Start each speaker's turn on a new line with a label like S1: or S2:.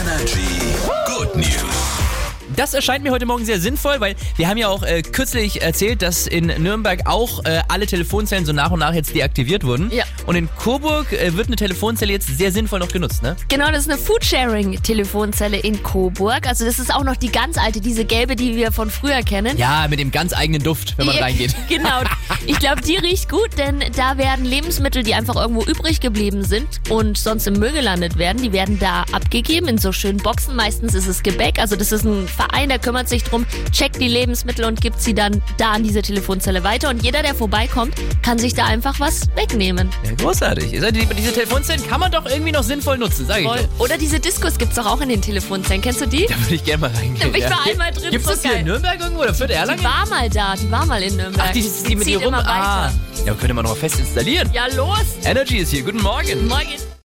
S1: Energy. Good News.
S2: Das erscheint mir heute Morgen sehr sinnvoll, weil wir haben ja auch äh, kürzlich erzählt, dass in Nürnberg auch äh, alle Telefonzellen so nach und nach jetzt deaktiviert wurden.
S3: Ja.
S2: Und in Coburg äh, wird eine Telefonzelle jetzt sehr sinnvoll noch genutzt, ne?
S3: Genau, das ist eine Foodsharing-Telefonzelle in Coburg. Also das ist auch noch die ganz alte, diese gelbe, die wir von früher kennen.
S2: Ja, mit dem ganz eigenen Duft, wenn man
S3: Die-
S2: reingeht.
S3: Genau. Ich glaube, die riecht gut, denn da werden Lebensmittel, die einfach irgendwo übrig geblieben sind und sonst im Müll gelandet werden, die werden da abgegeben in so schönen Boxen. Meistens ist es Gebäck. Also das ist ein Verein, der kümmert sich drum, checkt die Lebensmittel und gibt sie dann da an diese Telefonzelle weiter. Und jeder, der vorbeikommt, kann sich da einfach was wegnehmen.
S2: Ja, großartig. Ihr seid- die- Diese Telefonzellen kann man doch irgendwie noch sinnvoll nutzen, sag ich
S3: Voll.
S2: doch.
S3: Oder diese Diskos gibt's doch auch in den Telefonzellen. Kennst du die?
S2: Da würde ich gerne mal reingehen.
S3: Ich war
S2: ja.
S3: einmal drin,
S2: Gibt
S3: so
S2: das hier in
S3: geil.
S2: Nürnberg irgendwo oder Fürth
S3: Die
S2: Erlangen?
S3: war mal da, die war mal in Nürnberg.
S2: Ach, die, die, die mit dir
S3: Zieht
S2: rum.
S3: immer weiter.
S2: Ah. Ja, könnte man noch mal fest installieren.
S3: Ja, los!
S2: Energy ist hier. Guten Morgen.
S3: Morgen!